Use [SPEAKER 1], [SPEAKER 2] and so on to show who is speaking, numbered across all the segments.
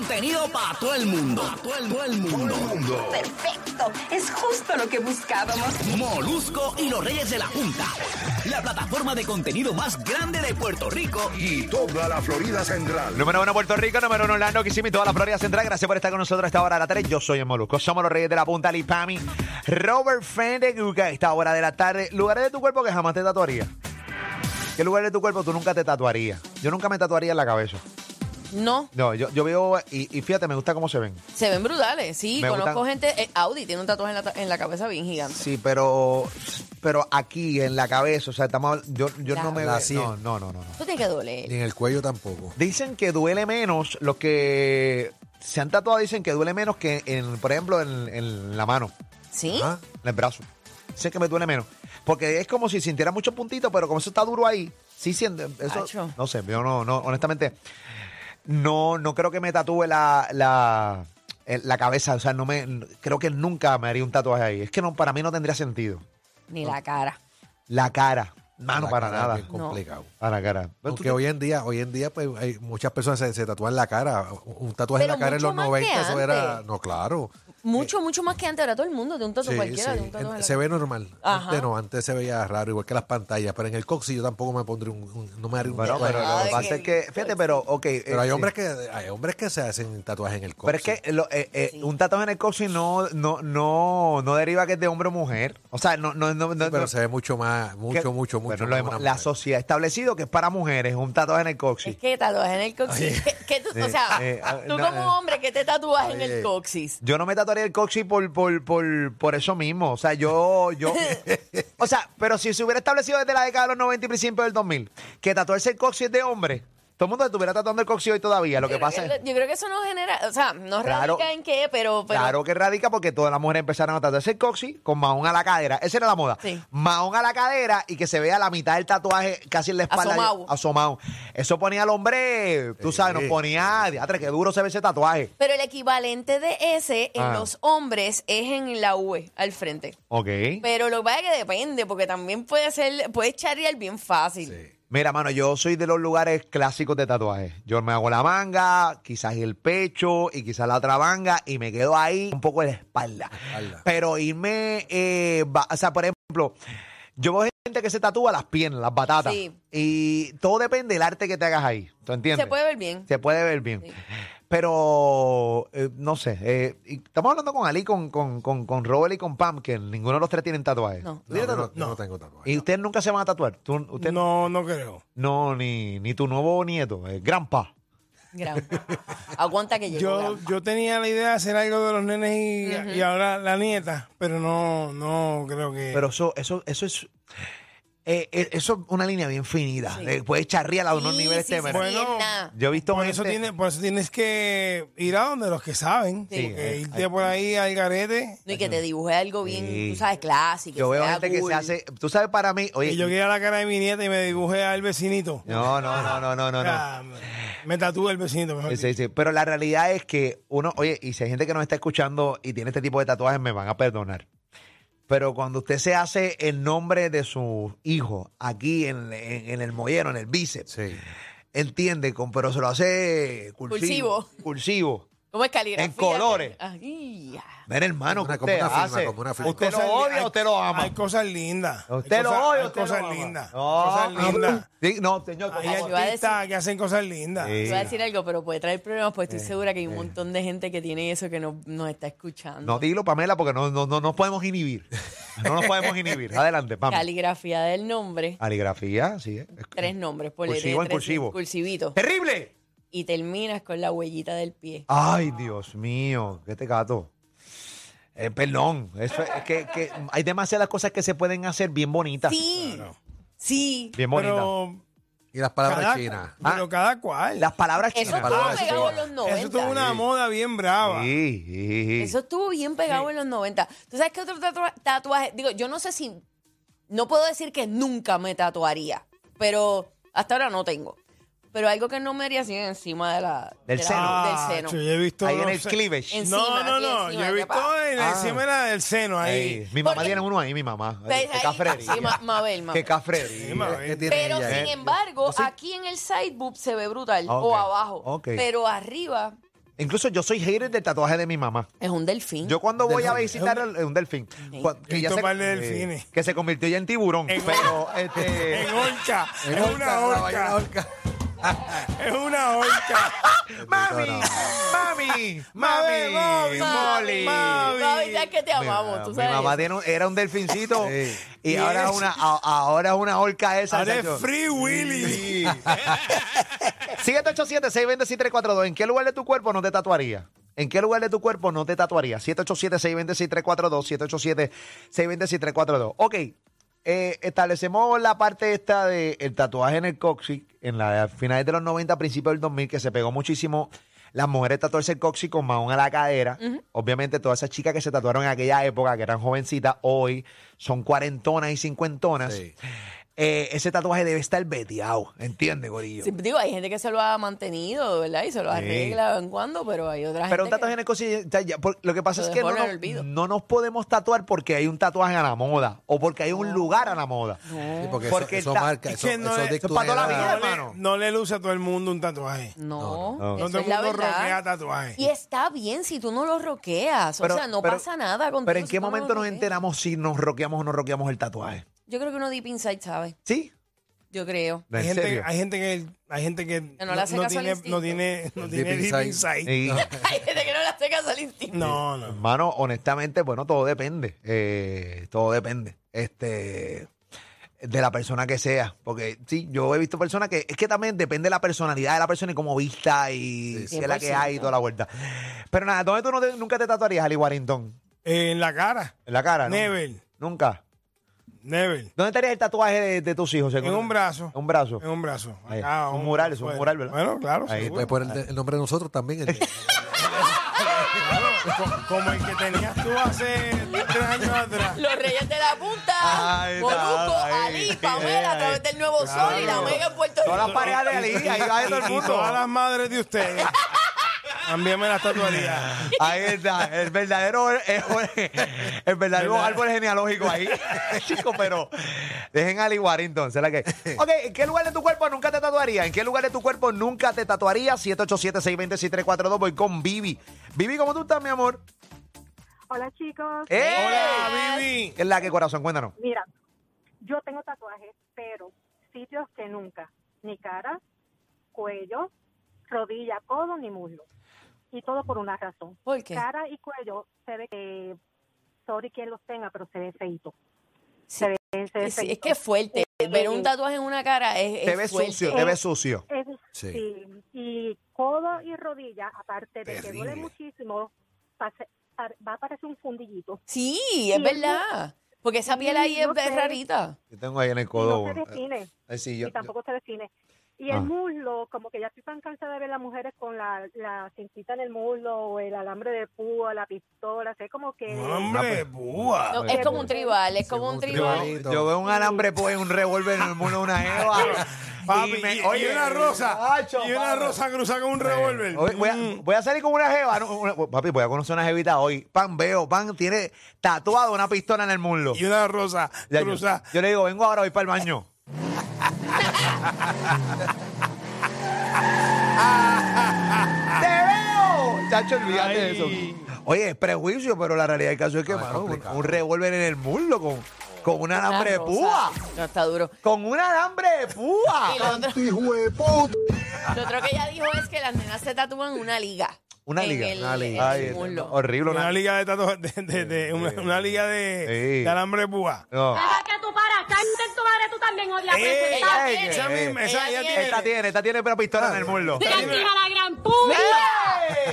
[SPEAKER 1] Contenido para todo el mundo. Pa' todo el, todo el mundo.
[SPEAKER 2] Perfecto, es justo lo que buscábamos.
[SPEAKER 1] Molusco y los Reyes de la Junta. La plataforma de contenido más grande de Puerto Rico.
[SPEAKER 3] Y toda la Florida Central.
[SPEAKER 4] Número uno Puerto Rico, número uno Orlando, Kissimmee, toda la Florida Central. Gracias por estar con nosotros a esta hora de la tarde. Yo soy el Molusco, somos los Reyes de la Punta, Lipami, Robert Fendeguca, a esta hora de la tarde. Lugares de tu cuerpo que jamás te tatuaría. ¿Qué lugares de tu cuerpo tú nunca te tatuarías? Yo nunca me tatuaría en la cabeza.
[SPEAKER 5] No,
[SPEAKER 4] No, yo, yo veo, y, y fíjate, me gusta cómo se ven.
[SPEAKER 5] se ven brutales. Sí,
[SPEAKER 4] Me
[SPEAKER 5] conozco
[SPEAKER 4] gustan-
[SPEAKER 5] gente. eh, Audi tiene un tatuaje en la, ta- en la cabeza bien gigante.
[SPEAKER 4] Sí, pero, pero aquí, en la cabeza, o sea, estamos, yo, yo
[SPEAKER 5] La-
[SPEAKER 4] no me
[SPEAKER 6] la
[SPEAKER 4] veo-
[SPEAKER 6] sien.
[SPEAKER 4] No, no, no, no. no.
[SPEAKER 5] Eso tiene que doler.
[SPEAKER 6] Ni en el cuello tampoco.
[SPEAKER 4] Dicen que duele menos los que se han tatuado, dicen que duele menos que, en, por ejemplo, en, en la mano,
[SPEAKER 5] ¿Sí?
[SPEAKER 6] Ajá.
[SPEAKER 4] en el brazo. Dicen que me duele menos. Porque es como si sintiera muchos puntitos, pero como eso está duro ahí, sí siente. Eso,
[SPEAKER 5] Acho.
[SPEAKER 4] no sé, yo no, no, honestamente, no, no creo que me tatúe la, la, eh, la cabeza. O sea, no me, creo que nunca me haría un tatuaje ahí. Es que no, para mí no tendría sentido.
[SPEAKER 5] Ni
[SPEAKER 4] Ah.
[SPEAKER 5] la cara.
[SPEAKER 4] La cara. Mano,
[SPEAKER 6] La
[SPEAKER 4] para
[SPEAKER 6] cara
[SPEAKER 4] nada.
[SPEAKER 6] Es bien complicado.
[SPEAKER 4] Para la cara. Pero tú
[SPEAKER 6] Aunque hoy en día, hoy en día, pues hay muchas personas se, se tatúan la cara. Un tatuaje
[SPEAKER 5] Pero
[SPEAKER 6] en la cara en
[SPEAKER 5] mucho
[SPEAKER 6] los
[SPEAKER 5] más que
[SPEAKER 6] 90, eso era.
[SPEAKER 5] antes.
[SPEAKER 6] No, claro.
[SPEAKER 5] Mucho, mucho más que antes. Ahora todo el mundo de un tatuaje
[SPEAKER 6] Sí,
[SPEAKER 5] cualquiera.
[SPEAKER 6] sí.
[SPEAKER 5] De un tatuaje en la
[SPEAKER 6] se ve normal.
[SPEAKER 5] Ajá.
[SPEAKER 6] Antes no, antes se veía raro, igual que las pantallas. Pero en el coxi yo tampoco me pondría un, un- no me haría un
[SPEAKER 4] Bueno,
[SPEAKER 6] tatuaje.
[SPEAKER 4] pero lo que
[SPEAKER 5] Ay,
[SPEAKER 4] pasa
[SPEAKER 5] qué
[SPEAKER 4] es que, fíjate, pero, ok. eh,
[SPEAKER 6] Pero hay
[SPEAKER 4] sí.
[SPEAKER 6] hombres que hay hombres que se hacen tatuajes en el coxi.
[SPEAKER 4] Pero es que lo- eh, eh, un tatuaje en el coxis no, no, no, no deriva que es de hombre o mujer. O sea, no, no, no, no-
[SPEAKER 6] pero
[SPEAKER 4] no-
[SPEAKER 6] se ve mucho más, mucho,
[SPEAKER 4] que-
[SPEAKER 6] mucho, mucho.
[SPEAKER 4] Bueno, lo
[SPEAKER 6] más
[SPEAKER 4] hemos-
[SPEAKER 6] una
[SPEAKER 4] la
[SPEAKER 6] mujer.
[SPEAKER 4] sociedad ha establecido que es para mujeres, un tatuaje en el coxis.
[SPEAKER 5] Es que tatuajes en el coxis. ¿Qué- qué tú- o
[SPEAKER 4] Eh,
[SPEAKER 5] sea,
[SPEAKER 4] eh, ah,
[SPEAKER 5] tú
[SPEAKER 4] no, eh.
[SPEAKER 5] como hombre, ¿qué te tatúas en el
[SPEAKER 6] Oye.
[SPEAKER 5] coxis?
[SPEAKER 4] Yo no me tatuaría el coxis por, por, por, por eso mismo. O sea, yo, yo. o sea, pero si se hubiera establecido desde la década de los 90 y principios del 2000 que tatuarse el coxis es de hombre, todo el mundo estuviera tatuando el coxis hoy todavía. Lo que
[SPEAKER 5] Yo creo
[SPEAKER 4] pasa es.
[SPEAKER 5] Yo creo que eso no genera, o sea, no
[SPEAKER 4] Claro.
[SPEAKER 5] radica en qué, pero, pero
[SPEAKER 4] Claro que radica porque todas las mujeres empezaron a tatuarse el coxi con mahón a la cadera. Esa era la moda.
[SPEAKER 5] Sí.
[SPEAKER 4] Mahón a la cadera y que se vea la mitad del tatuaje casi en la espalda.
[SPEAKER 5] Asomado.
[SPEAKER 4] Asomado. Eso ponía al hombre, tú sabes, nos
[SPEAKER 6] Sí.
[SPEAKER 4] ponía, diatre, qué duro se ve ese tatuaje.
[SPEAKER 5] pero el equivalente de ese en
[SPEAKER 4] Ah.
[SPEAKER 5] los hombres es en la V al frente.
[SPEAKER 4] Ok.
[SPEAKER 5] Pero lo que pasa es que depende, porque también puede ser, puede charrear bien fácil.
[SPEAKER 6] Sí.
[SPEAKER 4] Mira, mano, yo soy de los lugares clásicos de tatuajes. Yo me hago la manga, quizás el pecho y quizás la otra manga y me quedo ahí un poco en la espalda.
[SPEAKER 6] espalda.
[SPEAKER 4] Pero irme, eh, ba- o sea, por ejemplo, yo veo gente que se tatúa las piernas, las batatas.
[SPEAKER 5] Sí.
[SPEAKER 4] Y todo depende del arte que te hagas ahí. ¿Tú entiendes?
[SPEAKER 5] Se puede ver bien.
[SPEAKER 4] Se puede ver bien.
[SPEAKER 5] Sí.
[SPEAKER 4] Pero, eh, no sé, eh, y estamos hablando con Ali, con, con, con, con Robert y con Pam, que ninguno de los tres tienen tatuajes.
[SPEAKER 5] No.
[SPEAKER 4] ¿Tú tienes
[SPEAKER 6] No, yo
[SPEAKER 4] tatuaje?
[SPEAKER 6] no, yo no tengo tatuaje.
[SPEAKER 4] ¿Y ustedes nunca se van a tatuar? ¿Tú, usted-
[SPEAKER 7] No, no creo.
[SPEAKER 4] no, ni, ni tu nuevo nieto, el Grandpa.
[SPEAKER 5] Gran. Aguanta que llegue.
[SPEAKER 7] Yo,
[SPEAKER 5] gran.
[SPEAKER 7] yo tenía la idea de hacer algo de los nenes y, y ahora la nieta, pero no, no creo que.
[SPEAKER 4] Pero eso, eso, eso es. eh, eh, eso es una línea bien finita. Eh, puedes charrear a unos
[SPEAKER 5] Sí,
[SPEAKER 4] niveles
[SPEAKER 5] sí, sí,
[SPEAKER 4] temeros.
[SPEAKER 7] sí, Bueno.
[SPEAKER 5] es nada.
[SPEAKER 4] Yo he visto
[SPEAKER 7] por, eso
[SPEAKER 4] gente-
[SPEAKER 7] tiene, por eso tienes que ir a donde los que saben.
[SPEAKER 4] Sí,
[SPEAKER 7] porque
[SPEAKER 4] eh,
[SPEAKER 7] irte
[SPEAKER 4] eh,
[SPEAKER 7] por ahí al garete.
[SPEAKER 5] No, y que te dibuje algo bien,
[SPEAKER 4] Sí.
[SPEAKER 5] tú sabes, clásico.
[SPEAKER 4] Yo veo
[SPEAKER 5] sea
[SPEAKER 4] gente que
[SPEAKER 5] cool.
[SPEAKER 4] se hace. Tú sabes, para mí. Oye,
[SPEAKER 7] Y yo quería la cara de mi nieta y me dibujé al vecinito.
[SPEAKER 4] no, no, no, no, no, no. no.
[SPEAKER 7] Ah, me- me tatué el vecinito. Mejor
[SPEAKER 4] Sí,
[SPEAKER 7] dicho.
[SPEAKER 4] sí, pero la realidad es que uno, oye, y si hay gente que nos está escuchando y tiene este tipo de tatuajes, me van a perdonar. Pero cuando usted se hace el nombre de su hijo aquí en, en- en el mollero, en el bíceps,
[SPEAKER 6] Sí.
[SPEAKER 4] entiende, con, pero se lo hace cursivo. Cursivo.
[SPEAKER 5] ¿Cómo es caligrafía?
[SPEAKER 4] En colores.
[SPEAKER 5] Ay, ya.
[SPEAKER 4] Ver, hermano,
[SPEAKER 6] Una-
[SPEAKER 4] que
[SPEAKER 6] como
[SPEAKER 4] usted
[SPEAKER 6] una firma,
[SPEAKER 4] hace.
[SPEAKER 6] como una firma.
[SPEAKER 4] Usted lo
[SPEAKER 7] Cosas li-
[SPEAKER 4] odia,
[SPEAKER 7] hay-
[SPEAKER 4] usted lo ama.
[SPEAKER 7] Hay cosas lindas. Hay
[SPEAKER 4] usted lo
[SPEAKER 7] cosas-
[SPEAKER 4] odia,
[SPEAKER 7] hay
[SPEAKER 4] usted
[SPEAKER 7] cosas
[SPEAKER 4] lo ama.
[SPEAKER 7] lindas.
[SPEAKER 4] No.
[SPEAKER 7] Cosas lindas.
[SPEAKER 4] Sí, no, señor, por
[SPEAKER 7] Hay
[SPEAKER 4] favor.
[SPEAKER 5] yo iba a
[SPEAKER 7] artistas que hacen cosas lindas.
[SPEAKER 4] Sí.
[SPEAKER 5] Te Voy a decir algo, pero puede traer problemas, pues estoy segura que hay un montón de gente que tiene eso que no, nos está escuchando.
[SPEAKER 4] No dilo, Pamela, porque no, no, no nos podemos inhibir. No nos podemos inhibir. Adelante, Pamela.
[SPEAKER 5] Caligrafía del nombre,
[SPEAKER 4] Caligrafía, sí. es-
[SPEAKER 5] tres nombres, por
[SPEAKER 4] Cursivo en cursivo.
[SPEAKER 5] Cursivito.
[SPEAKER 4] ¡Terrible!
[SPEAKER 5] Y terminas con la huellita del pie.
[SPEAKER 4] Ay, Dios mío, qué te gato. Eh, perdón, eso es, es que, que hay demasiadas cosas que se pueden hacer bien bonitas.
[SPEAKER 5] Sí, sí.
[SPEAKER 4] Bien bonitas.
[SPEAKER 7] Pero,
[SPEAKER 6] Y las palabras
[SPEAKER 7] cada,
[SPEAKER 6] chinas. Ah,
[SPEAKER 7] pero cada cual.
[SPEAKER 4] Las palabras
[SPEAKER 5] Eso
[SPEAKER 4] chinas.
[SPEAKER 5] estuvo
[SPEAKER 6] palabras
[SPEAKER 5] pegado en
[SPEAKER 6] chinas.
[SPEAKER 5] los
[SPEAKER 7] Eso
[SPEAKER 5] 90.
[SPEAKER 7] tuvo una moda bien brava.
[SPEAKER 4] Sí, sí, sí.
[SPEAKER 5] Eso estuvo bien pegado en los 90. ¿Tú sabes qué otro tatua- tatuaje? Digo, yo no sé si. No puedo decir que nunca me tatuaría, pero hasta ahora no tengo. Pero algo que no me haría así encima de la,
[SPEAKER 4] Del
[SPEAKER 5] de la-
[SPEAKER 4] seno.
[SPEAKER 7] Ah,
[SPEAKER 5] del
[SPEAKER 7] yo
[SPEAKER 5] seno.
[SPEAKER 7] he visto
[SPEAKER 4] Ahí en
[SPEAKER 7] los
[SPEAKER 4] el
[SPEAKER 7] se-
[SPEAKER 4] cleavage.
[SPEAKER 5] En-
[SPEAKER 7] No,
[SPEAKER 5] Encima,
[SPEAKER 7] no,
[SPEAKER 5] aquí
[SPEAKER 7] no. Yo
[SPEAKER 5] encima,
[SPEAKER 7] he
[SPEAKER 5] aquí
[SPEAKER 7] visto
[SPEAKER 5] abajo.
[SPEAKER 7] en
[SPEAKER 4] Ah.
[SPEAKER 7] encima de la del seno ahí.
[SPEAKER 4] Ey, mi mamá
[SPEAKER 5] Porque-
[SPEAKER 4] tiene uno ahí, mi mamá.
[SPEAKER 5] Pues
[SPEAKER 4] qué
[SPEAKER 5] ahí,
[SPEAKER 4] cafrería.
[SPEAKER 5] sí, ma- Mabel, Mabel.
[SPEAKER 4] Qué cafrería.
[SPEAKER 7] Sí, ma-
[SPEAKER 6] ¿Qué tiene
[SPEAKER 5] Pero
[SPEAKER 6] ella,
[SPEAKER 5] sin
[SPEAKER 6] eh?
[SPEAKER 5] embargo, aquí en el side boob se ve brutal
[SPEAKER 4] Ah, ok.
[SPEAKER 5] o abajo.
[SPEAKER 4] Ok.
[SPEAKER 5] Pero arriba
[SPEAKER 4] Incluso yo soy hater del tatuaje de mi mamá.
[SPEAKER 5] Es un delfín.
[SPEAKER 4] Yo cuando voy a
[SPEAKER 6] Delfín.
[SPEAKER 4] visitar el- un delfín, cua- que, ya
[SPEAKER 7] Esto
[SPEAKER 4] se,
[SPEAKER 7] par de
[SPEAKER 4] eh,
[SPEAKER 7] delfines.
[SPEAKER 4] que se convirtió ya en tiburón,
[SPEAKER 7] En-
[SPEAKER 4] pero este,
[SPEAKER 7] En horca. Es una
[SPEAKER 6] la ballena
[SPEAKER 7] horca.
[SPEAKER 6] orca.
[SPEAKER 7] Es una horca.
[SPEAKER 4] mami, mami,
[SPEAKER 7] Mami,
[SPEAKER 4] mami,
[SPEAKER 7] mami,
[SPEAKER 4] Molly.
[SPEAKER 7] mami.
[SPEAKER 5] Mami, ya que te
[SPEAKER 4] Mi
[SPEAKER 5] amamos,
[SPEAKER 4] mamá- ah,
[SPEAKER 5] tú
[SPEAKER 4] mi
[SPEAKER 5] sabes.
[SPEAKER 4] mamá tiene un- era un delfincito
[SPEAKER 6] Sí.
[SPEAKER 4] y
[SPEAKER 7] Y
[SPEAKER 4] ahora es
[SPEAKER 7] es-
[SPEAKER 4] una, a- ahora es una orca esa.
[SPEAKER 7] Ahora es
[SPEAKER 4] chacho.
[SPEAKER 7] Free Willy.
[SPEAKER 4] 787 620 ¿En qué lugar de tu cuerpo no te tatuaría? ¿En qué lugar de tu cuerpo no te tatuaría? 787-620-6342, 787-620-6342. Ok, eh, establecemos la parte esta del tatuaje en el cóccix en la a finales de los 90, principios del 2000, que se pegó muchísimo las mujeres tatuarse el cóccix con mahón a la cadera. Obviamente todas esas chicas que se tatuaron en aquella época, que eran jovencitas, hoy son cuarentonas y cincuentonas.
[SPEAKER 6] Sí.
[SPEAKER 4] Eh, ese tatuaje debe estar veteado, ¿entiendes, gorillo?
[SPEAKER 5] Sí, digo, hay gente que se lo ha mantenido, ¿verdad? Y se lo
[SPEAKER 4] Sí.
[SPEAKER 5] arregla de vez en cuando, pero hay otra
[SPEAKER 4] Pero un
[SPEAKER 5] gente.
[SPEAKER 4] tatuaje en
[SPEAKER 5] que-
[SPEAKER 4] el cocina, o sea, ya, por- lo que pasa
[SPEAKER 5] Lo
[SPEAKER 4] es que no
[SPEAKER 5] dejaron
[SPEAKER 4] nos,
[SPEAKER 5] en el olvido.
[SPEAKER 4] no nos podemos tatuar porque hay un tatuaje a la moda o porque hay un lugar a la moda.
[SPEAKER 6] Sí, porque,
[SPEAKER 4] Porque
[SPEAKER 6] eso, eso
[SPEAKER 4] está-
[SPEAKER 6] marca,
[SPEAKER 7] Es
[SPEAKER 6] eso,
[SPEAKER 7] que no
[SPEAKER 6] eso
[SPEAKER 7] es-
[SPEAKER 6] dictó
[SPEAKER 4] eso es para toda la
[SPEAKER 6] una
[SPEAKER 4] vida,
[SPEAKER 6] edad.
[SPEAKER 7] No le-
[SPEAKER 4] hermano.
[SPEAKER 7] No le luce a todo el mundo un tatuaje.
[SPEAKER 5] No,
[SPEAKER 4] no.
[SPEAKER 5] eso
[SPEAKER 7] No todo
[SPEAKER 5] es
[SPEAKER 7] el
[SPEAKER 5] la
[SPEAKER 7] mundo
[SPEAKER 5] verdad.
[SPEAKER 7] roquea tatuajes.
[SPEAKER 5] Y está bien si tú no lo roqueas.
[SPEAKER 4] Pero-
[SPEAKER 5] o sea, no
[SPEAKER 4] pero-
[SPEAKER 5] pasa nada contigo
[SPEAKER 4] Pero en
[SPEAKER 5] si
[SPEAKER 4] qué
[SPEAKER 5] tú no lo
[SPEAKER 4] momento nos
[SPEAKER 5] roqueas.
[SPEAKER 4] enteramos si nos roqueamos o no roqueamos el tatuaje.
[SPEAKER 5] Yo creo que uno deep inside sabe.
[SPEAKER 4] ¿Sí?
[SPEAKER 5] Yo creo.
[SPEAKER 4] ¿En
[SPEAKER 7] Hay gente,
[SPEAKER 4] serio?
[SPEAKER 7] hay gente que hay gente que no,
[SPEAKER 5] no le hace
[SPEAKER 7] no
[SPEAKER 5] caso al
[SPEAKER 7] tiene no
[SPEAKER 5] instinto.
[SPEAKER 7] tiene no
[SPEAKER 6] El
[SPEAKER 7] tiene
[SPEAKER 6] deep
[SPEAKER 7] deep
[SPEAKER 6] inside.
[SPEAKER 7] inside.
[SPEAKER 4] Y,
[SPEAKER 5] Hay gente que no le hace caso al instinto.
[SPEAKER 4] Eh,
[SPEAKER 7] No, no.
[SPEAKER 4] hermano, honestamente, bueno, todo depende. Eh, todo depende. Este de la persona que sea, porque sí, yo he visto personas que es que también depende de la personalidad de la persona y cómo vista y
[SPEAKER 6] Sí,
[SPEAKER 4] si es la que
[SPEAKER 5] 100%.
[SPEAKER 4] hay y toda la vuelta. Pero nada, ¿dónde tú no te- nunca te tatuarías, Ali Warrington?
[SPEAKER 7] Eh, en la cara.
[SPEAKER 4] ¿En la cara? ¿no?
[SPEAKER 7] Never.
[SPEAKER 4] Nunca.
[SPEAKER 7] Never.
[SPEAKER 4] ¿Dónde estaría el tatuaje de, de tus hijos? según-
[SPEAKER 7] En un brazo.
[SPEAKER 4] ¿Un brazo?
[SPEAKER 7] En un brazo.
[SPEAKER 4] Ahí.
[SPEAKER 7] Acá,
[SPEAKER 4] Un mural, es un
[SPEAKER 7] fuera.
[SPEAKER 4] mural, ¿verdad?
[SPEAKER 7] Bueno, claro.
[SPEAKER 4] Ahí,
[SPEAKER 7] seguro.
[SPEAKER 6] Puedes poner Eh, pues, el, el nombre de nosotros también. el-
[SPEAKER 7] Claro, co- como el que tenías tú hace tres años atrás.
[SPEAKER 5] Los Reyes de la Punta,
[SPEAKER 4] Ay,
[SPEAKER 5] Molusco,
[SPEAKER 4] nada, ahí.
[SPEAKER 5] Ali, Pamela, a través del Nuevo Sol y la Mega en Puerto
[SPEAKER 4] Todas las
[SPEAKER 5] Rico.
[SPEAKER 4] parejas de Ali, ahí va todo el
[SPEAKER 7] Y
[SPEAKER 4] mundo.
[SPEAKER 7] todas las madres de ustedes. También me las tatuaría.
[SPEAKER 4] Ahí está, el verdadero, el, el verdadero
[SPEAKER 7] ¿Verdad?
[SPEAKER 4] árbol genealógico ahí. Chicos, pero dejen a Ali Warrington, será que. Ok, ¿en qué lugar de tu cuerpo nunca te tatuaría? ¿En qué lugar de tu cuerpo nunca te tatuaría? 787-620-6342, voy con Vivi. Vivi, ¿cómo tú estás, mi amor?
[SPEAKER 8] Hola chicos.
[SPEAKER 4] ¡Eh!
[SPEAKER 7] Hola, Vivi.
[SPEAKER 4] ¿Qué es la que corazón? Cuéntanos.
[SPEAKER 8] Mira, yo tengo tatuajes, pero sitios que nunca, ni cara, cuello, rodilla, codo ni muslo. Y todo por una razón.
[SPEAKER 5] ¿Por qué?
[SPEAKER 8] Cara y cuello se ve que, sorry quien los tenga, pero se ve feito.
[SPEAKER 5] Sí,
[SPEAKER 8] Se ve, se ve
[SPEAKER 5] es, es
[SPEAKER 8] feíto.
[SPEAKER 5] que es fuerte. Ver un tatuaje en una cara es, es
[SPEAKER 4] Te ves
[SPEAKER 5] fuerte.
[SPEAKER 4] sucio, te ves sucio.
[SPEAKER 8] Es-
[SPEAKER 6] Sí.
[SPEAKER 8] sí. Y codo y rodilla, aparte de que duele
[SPEAKER 6] Terrible.
[SPEAKER 8] muchísimo, pase- pa- va a parecer un fundillito.
[SPEAKER 5] Sí,
[SPEAKER 8] Y
[SPEAKER 5] es
[SPEAKER 8] es
[SPEAKER 5] verdad. Porque esa piel
[SPEAKER 8] Sí,
[SPEAKER 5] ahí es
[SPEAKER 8] no sé.
[SPEAKER 5] rarita.
[SPEAKER 4] Yo tengo ahí en el
[SPEAKER 8] Y
[SPEAKER 4] codo.
[SPEAKER 8] no se
[SPEAKER 4] uno.
[SPEAKER 8] define.
[SPEAKER 4] Eh, sí, yo-
[SPEAKER 8] y tampoco se define. Y
[SPEAKER 4] Ah.
[SPEAKER 8] el muslo, como que ya estoy tan cansada de ver las mujeres con la, la cintita en el muslo o el alambre de púa, la pistola, sé como que...
[SPEAKER 7] Hombre, búa.
[SPEAKER 5] No,
[SPEAKER 4] Ah,
[SPEAKER 5] es
[SPEAKER 4] bueno.
[SPEAKER 5] como un tribal, es
[SPEAKER 6] Sí,
[SPEAKER 5] como
[SPEAKER 6] un
[SPEAKER 5] un
[SPEAKER 6] tribal.
[SPEAKER 5] tribal.
[SPEAKER 4] Yo, yo veo un alambre pues un revólver en el mundo de una jeva.
[SPEAKER 7] Papi, y, y una rosa.
[SPEAKER 4] Acho,
[SPEAKER 7] y una
[SPEAKER 4] papi.
[SPEAKER 7] rosa cruzada con un revólver.
[SPEAKER 4] Hoy voy, a,
[SPEAKER 7] Mm.
[SPEAKER 4] voy a salir con una jeva. no, una- papi, voy a conocer una jevita hoy. Pan, veo, pan, tiene tatuado una pistola en el muslo.
[SPEAKER 7] Y una rosa
[SPEAKER 4] Ya, yo,
[SPEAKER 7] cruzada.
[SPEAKER 4] yo le digo, vengo ahora, voy para el baño. ¡Te veo! Chacho, olvídate de eso.
[SPEAKER 7] Ay.
[SPEAKER 4] Oye, es prejuicio, pero la realidad del caso es que,
[SPEAKER 6] No, es
[SPEAKER 4] mano, un,
[SPEAKER 6] complicado.
[SPEAKER 4] un revólver en el muslo con, con un alambre de
[SPEAKER 5] Una
[SPEAKER 4] púa.
[SPEAKER 5] rosa. No, está duro.
[SPEAKER 4] Con un alambre de púa.
[SPEAKER 5] Y lo otro,
[SPEAKER 3] Hijo de puta.
[SPEAKER 5] lo otro que ella dijo es que las nenas se tatúan una liga.
[SPEAKER 4] Una liga.
[SPEAKER 5] En el,
[SPEAKER 4] una
[SPEAKER 5] en
[SPEAKER 4] liga.
[SPEAKER 5] el
[SPEAKER 4] Ay,
[SPEAKER 5] muslo.
[SPEAKER 4] horrible.
[SPEAKER 7] Una
[SPEAKER 4] Una liga.
[SPEAKER 7] liga de tatuajes. De, de- de- una, una liga de,
[SPEAKER 4] Sí.
[SPEAKER 7] de alambre de púa.
[SPEAKER 4] No.
[SPEAKER 5] Ah,
[SPEAKER 9] que tú paras, cállate en tu madre, tú también odias.
[SPEAKER 7] ¡Ey!
[SPEAKER 5] ella
[SPEAKER 4] ey,
[SPEAKER 5] tiene,
[SPEAKER 7] esa misma, esa
[SPEAKER 5] ella
[SPEAKER 7] ya
[SPEAKER 5] tiene.
[SPEAKER 4] Esta tiene, esta tiene pero pistola en el muslo.
[SPEAKER 9] Mira, hija la gran puta.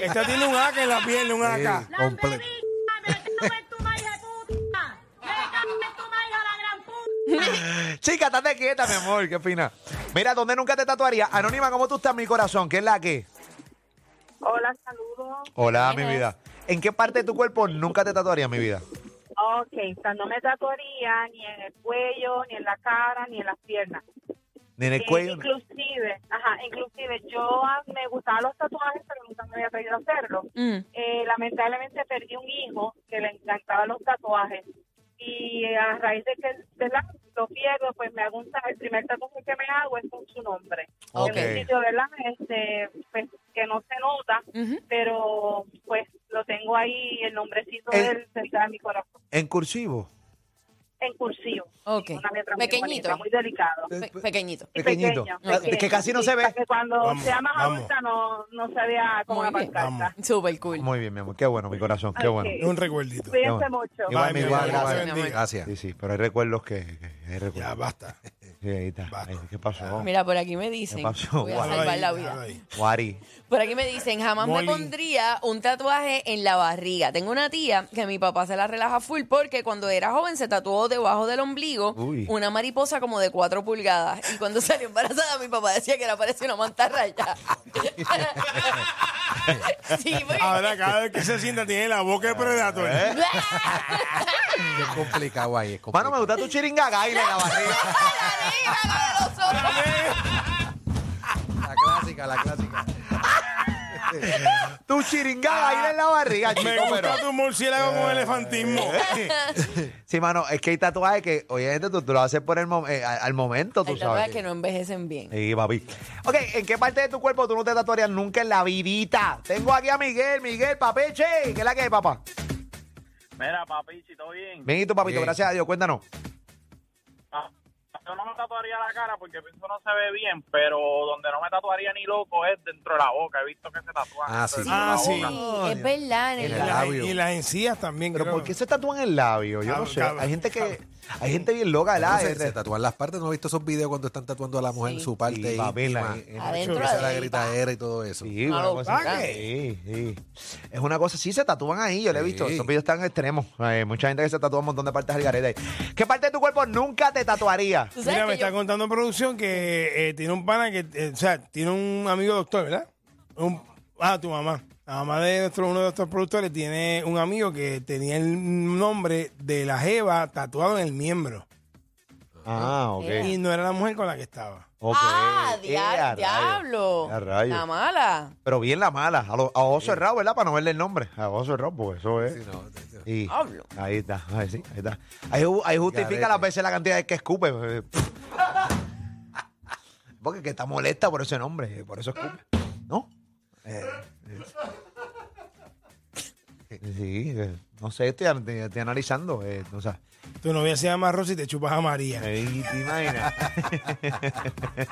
[SPEAKER 7] Esta tiene un AK en la piel, un AK.
[SPEAKER 9] La
[SPEAKER 6] Comple-
[SPEAKER 9] bebida, me cago en tu madre, puta. Me cago en tu madre, hija la gran puta.
[SPEAKER 4] Chica, estate quieta, mi amor, qué fina. Mira, ¿dónde nunca te tatuaría? Anónima, ¿cómo tú estás, mi corazón? ¿Qué es la que?
[SPEAKER 8] Hola, saludos.
[SPEAKER 4] Hola, mi
[SPEAKER 5] ¿Quién es?
[SPEAKER 4] vida. ¿En qué parte de tu cuerpo nunca te tatuaría, mi vida?
[SPEAKER 8] Ok, o sea, no me tatuaría ni en el cuello, ni en la cara, ni en las piernas.
[SPEAKER 4] Ni en el
[SPEAKER 8] Eh,
[SPEAKER 4] cuello. ni-
[SPEAKER 8] inclusive, ajá, inclusive yo ah, me gustaban los tatuajes, pero nunca me había pedido hacerlo.
[SPEAKER 5] Mm.
[SPEAKER 8] Eh, lamentablemente perdí un hijo que le encantaban los tatuajes y eh, a raíz de que ¿verdad? lo pierdo, pues me hago un ta- el primer tatuaje que me hago es con su nombre.
[SPEAKER 4] Ok.
[SPEAKER 8] En un sitio, ¿verdad? Este, pues, que no se nota, pero pues lo tengo ahí, el nombrecito
[SPEAKER 4] Eh.
[SPEAKER 8] del, del- de mi corazón,
[SPEAKER 4] En cursivo.
[SPEAKER 8] en cursivo.
[SPEAKER 5] Ok.
[SPEAKER 8] Una letra muy
[SPEAKER 5] Pequeñito.
[SPEAKER 8] bonita, muy delicado.
[SPEAKER 5] Pe- pequeñito.
[SPEAKER 8] Sí,
[SPEAKER 4] Pequeñito.
[SPEAKER 8] pequeño,
[SPEAKER 4] Ah,
[SPEAKER 8] pequeño,
[SPEAKER 4] que casi no
[SPEAKER 8] sí,
[SPEAKER 4] se ve.
[SPEAKER 8] para que cuando
[SPEAKER 7] Vamos,
[SPEAKER 8] sea más
[SPEAKER 7] vamos.
[SPEAKER 8] adulta no, no se vea como
[SPEAKER 5] Muy
[SPEAKER 8] una
[SPEAKER 5] bien.
[SPEAKER 8] pancarta.
[SPEAKER 5] Super cool.
[SPEAKER 4] Muy bien, mi amor. Qué bueno, mi corazón. Qué
[SPEAKER 8] Ok.
[SPEAKER 4] bueno.
[SPEAKER 7] Es un recuerdito.
[SPEAKER 4] Qué
[SPEAKER 8] Cuídense
[SPEAKER 4] bueno.
[SPEAKER 8] mucho.
[SPEAKER 4] Igual,
[SPEAKER 7] Bye,
[SPEAKER 4] mi igual,
[SPEAKER 7] mi
[SPEAKER 4] igual.
[SPEAKER 7] amor.
[SPEAKER 5] Gracias, mi amor.
[SPEAKER 6] Gracias.
[SPEAKER 4] Sí, sí, pero hay recuerdos que. que- hay recuerdos.
[SPEAKER 7] Ya basta.
[SPEAKER 4] Sí, ahí está.
[SPEAKER 7] Basta.
[SPEAKER 4] Ay, ¿Qué pasó?
[SPEAKER 5] Mira, por aquí me dicen.
[SPEAKER 4] ¿Qué pasó?
[SPEAKER 5] Voy a
[SPEAKER 4] Guau.
[SPEAKER 7] Déjalo
[SPEAKER 5] salvar
[SPEAKER 7] ahí,
[SPEAKER 5] la
[SPEAKER 7] déjalo
[SPEAKER 5] vida.
[SPEAKER 7] ahí.
[SPEAKER 4] Guari.
[SPEAKER 5] Por aquí me dicen, jamás
[SPEAKER 7] Molly.
[SPEAKER 5] me pondría un tatuaje en la barriga. Tengo una tía que mi papá se la relaja full porque cuando era joven se tatuó debajo del ombligo
[SPEAKER 4] Uy.
[SPEAKER 5] una mariposa como de cuatro pulgadas. Y cuando salió embarazada, mi papá decía que era parecía una mantarraya. sí, porque-
[SPEAKER 7] Ahora cada vez que se sienta tiene la boca de predator.
[SPEAKER 5] Eh. ¡Ah!
[SPEAKER 6] Es complicado ahí. Es complicado.
[SPEAKER 4] Mano, me gusta tu chiringagaila en la barriga.
[SPEAKER 5] ¡La nena, la de los ojos!
[SPEAKER 6] La clásica, la clásica.
[SPEAKER 4] Tu chiringagaila en la barriga, chico,
[SPEAKER 7] Me gusta
[SPEAKER 4] pero.
[SPEAKER 7] tu murciélago
[SPEAKER 5] Eh.
[SPEAKER 7] con elefantismo.
[SPEAKER 4] Sí, mano, es que hay tatuajes que, oye, gente, tú, tú lo haces por el mom- eh, al, al momento, tú
[SPEAKER 5] Hay
[SPEAKER 4] sabes.
[SPEAKER 5] tatuajes que no envejecen bien.
[SPEAKER 4] Sí, papi. Ok, ¿en qué parte de tu cuerpo tú no te tatuarías nunca en la vidita? Tengo aquí a Miguel, Miguel, papeche. ¿Qué es la que hay, papá?
[SPEAKER 10] Mira, papichi, ¿todo bien?
[SPEAKER 4] Bien, y tu papito,
[SPEAKER 6] Bien.
[SPEAKER 4] gracias a Dios, cuéntanos.
[SPEAKER 10] Ah, yo no me tatuaría la cara porque pienso no se ve bien, pero donde no me tatuaría ni loco es dentro de la boca. He visto que se tatúa.
[SPEAKER 6] Ah, sí.
[SPEAKER 7] Ah,
[SPEAKER 5] Sí,
[SPEAKER 7] sí.
[SPEAKER 5] es verdad, en el
[SPEAKER 6] El
[SPEAKER 7] Y la-
[SPEAKER 6] labio.
[SPEAKER 7] Y las encías también.
[SPEAKER 4] Pero
[SPEAKER 7] creo.
[SPEAKER 4] ¿por qué se tatúan el labio? Yo no
[SPEAKER 7] Cabrón,
[SPEAKER 4] sé.
[SPEAKER 7] cabrón,
[SPEAKER 4] Hay gente que. Hay gente bien loca, ¿verdad?
[SPEAKER 6] Se, se
[SPEAKER 4] Este-
[SPEAKER 6] tatúan las partes. ¿No he visto esos videos cuando están tatuando a la mujer en su parte
[SPEAKER 4] Sí, papi, la-
[SPEAKER 6] íntima?
[SPEAKER 5] Adentro
[SPEAKER 6] Que se la
[SPEAKER 5] de-
[SPEAKER 6] gritadera y todo eso.
[SPEAKER 4] Sí,
[SPEAKER 5] Ah,
[SPEAKER 4] una
[SPEAKER 5] lo
[SPEAKER 4] cosa-
[SPEAKER 7] pague.
[SPEAKER 4] sí, sí. Es una cosa, sí, se tatúan ahí, yo lo he visto.
[SPEAKER 6] Sí.
[SPEAKER 4] Esos videos están extremos. Hay mucha gente que se tatúa un montón de partes al garete ahí. ¿Qué parte de tu cuerpo nunca te tatuaría?
[SPEAKER 5] Tú sabes
[SPEAKER 7] Mira, me
[SPEAKER 5] que yo-
[SPEAKER 7] está contando producción que eh, tiene un pana que, eh, o sea, tiene un amigo doctor, ¿verdad? Un- ah, tu mamá. La mamá de nuestro, uno de nuestros productores tiene un amigo que tenía el nombre de la Jeva tatuado en el miembro.
[SPEAKER 4] Ah, ok.
[SPEAKER 7] Y no era la mujer con la que estaba.
[SPEAKER 4] Ok.
[SPEAKER 5] Eh. Ah,
[SPEAKER 4] Eh,
[SPEAKER 5] dia-
[SPEAKER 4] a rayos.
[SPEAKER 5] diablo.
[SPEAKER 4] A rayos.
[SPEAKER 5] La mala.
[SPEAKER 4] Pero bien la mala. A, lo- a oso errado, ¿verdad? Para no verle el nombre. A oso errado, porque eso es.
[SPEAKER 6] Sí, no, te- te-
[SPEAKER 4] Y-
[SPEAKER 5] Diablo.
[SPEAKER 4] ahí está, ahí, sí, ahí está. Ahí, ju- ahí justifica
[SPEAKER 6] Garete.
[SPEAKER 4] las veces la cantidad de que escupe. eh, pff. Porque que está molesta por ese nombre, eh, por eso escupe. ¿No? Eh, eh. Sí, eh, no sé, estoy, an- estoy analizando. eh, o sea,
[SPEAKER 7] Tu novia se llama Rosy y te chupas a María.
[SPEAKER 4] Ey, ¿te imaginas?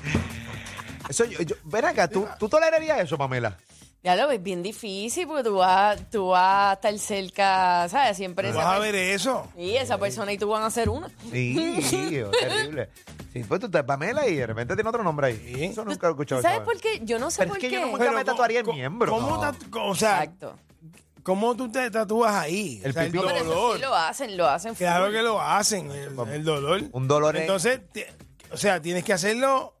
[SPEAKER 4] eso, yo, yo- ven acá, ¿tú, ¿tú tolerarías eso, Pamela?
[SPEAKER 5] Ya lo ves bien difícil porque tú vas, tú vas a estar cerca, ¿sabes? Siempre
[SPEAKER 7] ¿Vas
[SPEAKER 5] esa
[SPEAKER 7] a
[SPEAKER 5] per-
[SPEAKER 7] ver eso?
[SPEAKER 5] Y esa persona y tú van a ser uno.
[SPEAKER 4] Sí, sí, terrible. Sí, pues tú estás Pamela y de repente tiene otro nombre ahí.
[SPEAKER 7] Sí.
[SPEAKER 4] Eso nunca lo he escuchado.
[SPEAKER 5] ¿Sabes
[SPEAKER 4] esa
[SPEAKER 5] por
[SPEAKER 4] vez.
[SPEAKER 5] qué? Yo no sé
[SPEAKER 4] Pero es
[SPEAKER 5] por
[SPEAKER 4] que
[SPEAKER 5] qué.
[SPEAKER 4] yo no me- Nunca tatuaría el
[SPEAKER 7] co-
[SPEAKER 4] miembro.
[SPEAKER 7] ¿Cómo,
[SPEAKER 4] No.
[SPEAKER 7] tatu- o sea,
[SPEAKER 5] Exacto.
[SPEAKER 7] ¿cómo tú te tatúas ahí?
[SPEAKER 4] El
[SPEAKER 7] O sea,
[SPEAKER 4] pipí.
[SPEAKER 5] No, pero eso
[SPEAKER 7] dolor.
[SPEAKER 5] sí lo hacen, lo hacen. full.
[SPEAKER 7] Claro que lo hacen, el, el dolor.
[SPEAKER 4] Un dolor en-
[SPEAKER 7] Entonces, ti- o sea, tienes que hacerlo,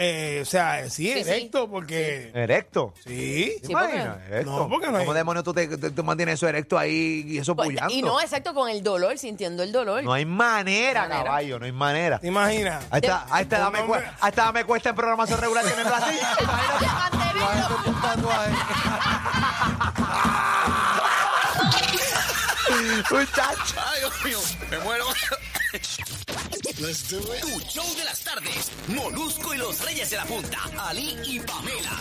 [SPEAKER 7] eh, o sea, sí,
[SPEAKER 5] Sí, sí.
[SPEAKER 7] directo, porque...
[SPEAKER 4] Erecto.
[SPEAKER 7] Sí.
[SPEAKER 4] ¿Te
[SPEAKER 5] Sí,
[SPEAKER 4] imaginas?
[SPEAKER 5] porque-
[SPEAKER 4] Erecto.
[SPEAKER 7] No, porque no hay-
[SPEAKER 4] ¿Cómo demonios tú, te, te- tú mantienes eso erecto ahí y eso
[SPEAKER 5] Pues,
[SPEAKER 4] bullando?
[SPEAKER 5] y no, exacto, con el dolor, sintiendo el dolor.
[SPEAKER 4] No hay manera,
[SPEAKER 5] Manera.
[SPEAKER 4] caballo, no hay manera.
[SPEAKER 7] ¿Te imaginas?
[SPEAKER 4] Ahí está, ahí está,
[SPEAKER 7] Un
[SPEAKER 4] dame, cu-
[SPEAKER 7] hombre-
[SPEAKER 4] ahí está, dame cuesta en programación regular tenerlo así.
[SPEAKER 5] Imagínate mantenerlo.
[SPEAKER 6] Un tatuaje.
[SPEAKER 4] Muchacho.
[SPEAKER 1] Tu show de las tardes. Molusco y los Reyes de la Punta. Ali y Pamela.